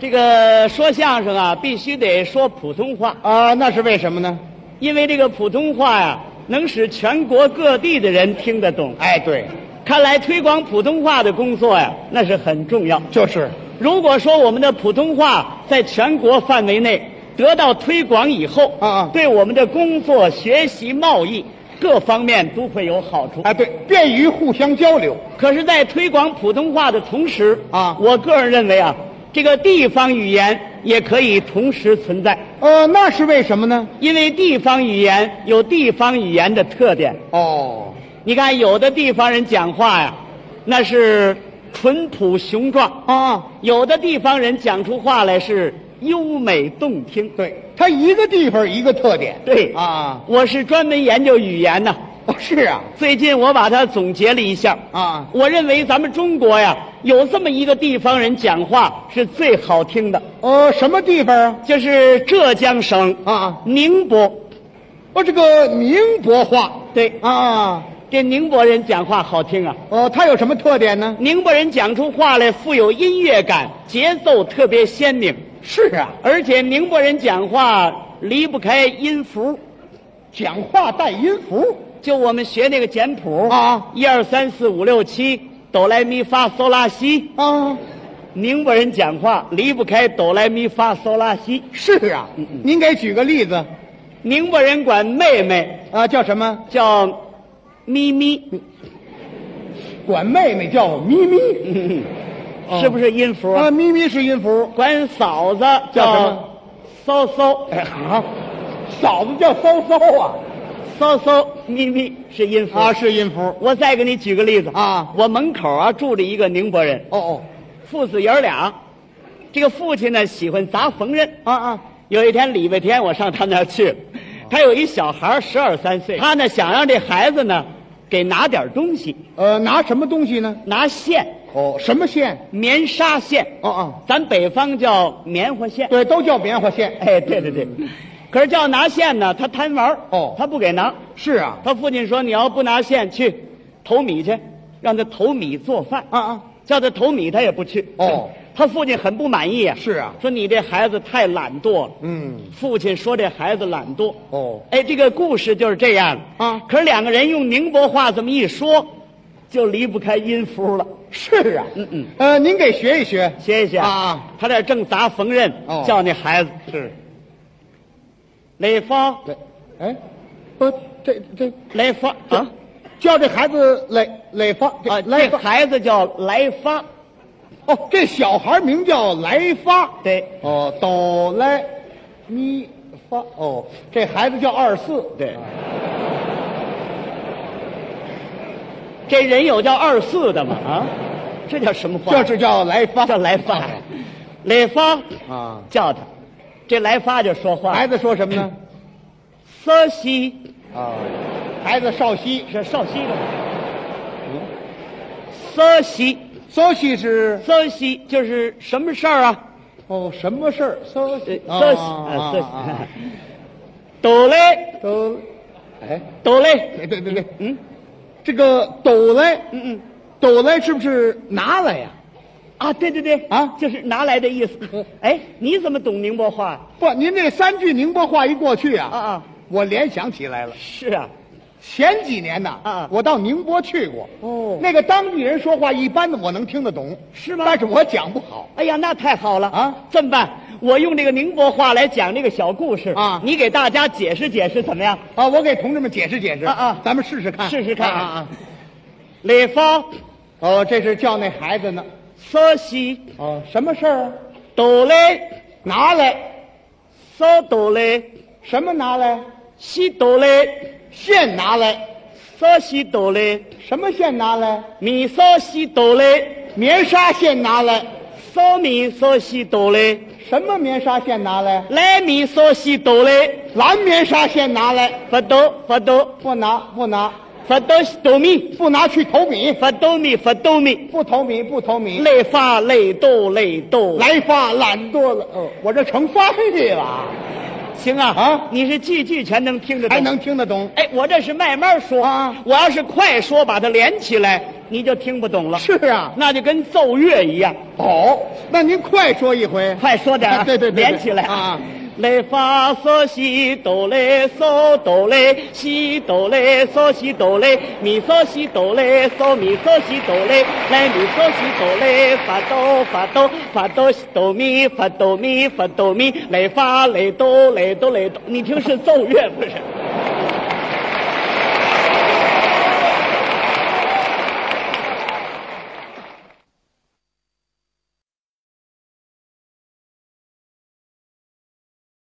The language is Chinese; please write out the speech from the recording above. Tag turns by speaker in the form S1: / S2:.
S1: 这个说相声啊，必须得说普通话，
S2: 啊，那是为什么呢？
S1: 因为这个普通话呀、能使全国各地的人听得懂。
S2: 哎，对，
S1: 看来推广普通话的工作呀、那是很重要。
S2: 就是
S1: 如果说我们的普通话在全国范围内得到推广以后，
S2: 啊啊
S1: 对我们的工作、学习、贸易各方面都会有好处。
S2: 哎，对，便于互相交流。
S1: 可是，在推广普通话的同时，
S2: 啊
S1: 我个人认为啊，这个地方语言也可以同时存在，
S2: 呃，那是为什么呢？
S1: 因为地方语言有地方语言的特点。
S2: 哦，
S1: 你看，有的地方人讲话呀，那是淳朴雄壮；
S2: 啊，
S1: 有的地方人讲出话来是优美动听。
S2: 对，它一个地方一个特点。
S1: 对
S2: 啊，
S1: 我是专门研究语言的，
S2: 哦，是啊，
S1: 最近我把它总结了一下。
S2: 啊，
S1: 我认为咱们中国呀，有这么一个地方人讲话是最好听的，
S2: 呃，什么地方啊？
S1: 就是浙江省
S2: 啊，
S1: 宁波。
S2: 哦，这个宁波话
S1: 对，
S2: 啊，
S1: 这宁波人讲话好听啊。
S2: 呃，它有什么特点呢？
S1: 宁波人讲出话来富有音乐感，节奏特别鲜明，
S2: 是啊，
S1: 而且宁波人讲话离不开音符。
S2: 讲话带音符
S1: 就我们学那个简谱，
S2: 啊
S1: 一二三四五六七，哆来咪发嗦拉西。
S2: 啊，
S1: 宁波人讲话离不开哆来咪发嗦拉西。
S2: 是啊。您给举个例子
S1: 宁波人管妹妹
S2: 啊，叫什么？
S1: 叫咪 咪，
S2: 管妹妹叫咪咪哦
S1: 是不是音符？
S2: 啊，咪咪是音符。
S1: 管嫂子
S2: 叫什
S1: 叫
S2: 么
S1: 骚骚
S2: 哎啊，嫂子叫骚骚啊，
S1: 骚骚咪咪是音符
S2: 啊是音符。
S1: 我再给你举个例子
S2: 啊
S1: 我门口啊住着一个宁波人，
S2: 哦哦，
S1: 父子爷儿俩。这个父亲呢喜欢砸缝纫，
S2: 啊啊，
S1: 有一天礼拜天，我上他那儿去，他有一小孩十二三岁，他呢想让这孩子呢给拿点东西，
S2: 呃，拿什么东西呢？
S1: 拿线，
S2: 哦，什么线？
S1: 棉纱线，
S2: 哦哦，
S1: 咱北方叫棉花线。
S2: 对，都叫棉花线。
S1: 哎，对对对，可是叫拿线呢，他贪玩儿
S2: 哦
S1: 他不给拿。
S2: 是啊，
S1: 他父亲说：“你要不拿线去投米去，让他投米做饭。”
S2: 啊啊，
S1: 叫他投米，他也不去。
S2: 哦，
S1: 他父亲很不满意啊。
S2: 是啊
S1: 说你这孩子太懒惰了。
S2: 嗯，
S1: 父亲说这孩子懒惰。
S2: 哦，
S1: 哎，这个故事就是这样
S2: 啊
S1: 可是两个人用宁波话这么一说，就离不开音符了。
S2: 是啊，
S1: 嗯嗯，
S2: 呃，您给学一学。
S1: 谢谢
S2: 啊，
S1: 他这正砸缝纫，
S2: 哦
S1: 叫那孩子
S2: 是，
S1: 雷锋，
S2: 对，哎，不，这这
S1: 雷锋啊
S2: 叫这孩子磊磊发
S1: 啊！
S2: 来
S1: 这
S2: 发
S1: 孩子叫来发，
S2: 哦，这小孩名叫来发。
S1: 对
S2: 哦，哆来咪发哦，这孩子叫二四。啊
S1: 对。这人有叫二四的吗？啊，这叫什么话？
S2: 这是叫来发，
S1: 叫来发， 雷锋
S2: 啊。
S1: 叫他，这来发就说话。
S2: 孩子说什么呢？
S1: 瑟西
S2: 啊，孩子少西，
S1: 是少西的吗？瑟西，
S2: 少西是
S1: 瑟西就是什么事儿啊？
S2: 哦什么事儿？少
S1: 呃
S2: 西，
S1: 瑟西，啊，
S2: 啊啊啊
S1: 瑟西。 抖嘞，
S2: 都，哎，
S1: 抖嘞，
S2: 对对对对，
S1: 嗯
S2: 这个抖来，
S1: 嗯嗯，
S2: 抖来是不是拿来呀？
S1: 啊，对对对，
S2: 啊
S1: 就是拿来的意思。哎，你怎么懂宁波话呀？
S2: 不，您这三句宁波话一过去
S1: 啊
S2: 啊，
S1: 啊，
S2: 我联想起来了。
S1: 是啊，
S2: 前几年呐，
S1: 啊
S2: 我到宁波去过，
S1: 哦
S2: 那个当地人说话一般的我能听得懂，
S1: 是吗
S2: 但是我讲不好。
S1: 哎呀，那太好了
S2: 啊！
S1: 这么办，我用这个宁波话来讲这个小故事
S2: 啊
S1: 你给大家解释解释怎么样？
S2: 啊，我给同志们解释解释
S1: 啊啊
S2: 咱们试试看，
S1: 试试看
S2: 啊啊！啊
S1: 雷锋，
S2: 哦，这是叫那孩子呢。
S1: 瑟西，
S2: 哦，什么事儿啊？
S1: 抖嘞，
S2: 拿来，
S1: 瑟抖嘞，
S2: 什么拿来？
S1: 西抖嘞，
S2: 线拿来，
S1: 瑟西抖嘞，
S2: 什么线拿来？
S1: 米瑟西抖嘞，
S2: 棉纱线拿来，
S1: 嗦米嗦西抖嘞，
S2: 什么棉纱线拿来？
S1: 来米嗦西抖嘞，
S2: 蓝棉纱线拿来，
S1: 发抖发抖
S2: 不拿不拿
S1: 发抖西抖米，
S2: 不拿去投米，
S1: 发抖米发抖米，
S2: 不投米不投米。
S1: 累发累抖累抖。，
S2: 来发懒惰了，哦，我这成废 了啊，
S1: 行啊
S2: 啊
S1: 你是句句全能听得懂，
S2: 还能听得懂？
S1: 哎，我这是慢慢说
S2: 啊
S1: 我要是快说，把它连起来，你就听不懂了，
S2: 是啊，
S1: 那就跟奏乐一样。
S2: 哦，那您快说一回，
S1: 快说点儿，
S2: 哎 对对对对
S1: 连起来
S2: 啊！
S1: 来发嗦西哆来嗦哆来西哆来嗦西哆来咪嗦西哆来嗦咪嗦西哆来来咪嗦西哆来发哆发哆发哆西哆咪发哆咪发哆咪来发来哆来哆来哆，你听是奏乐不是？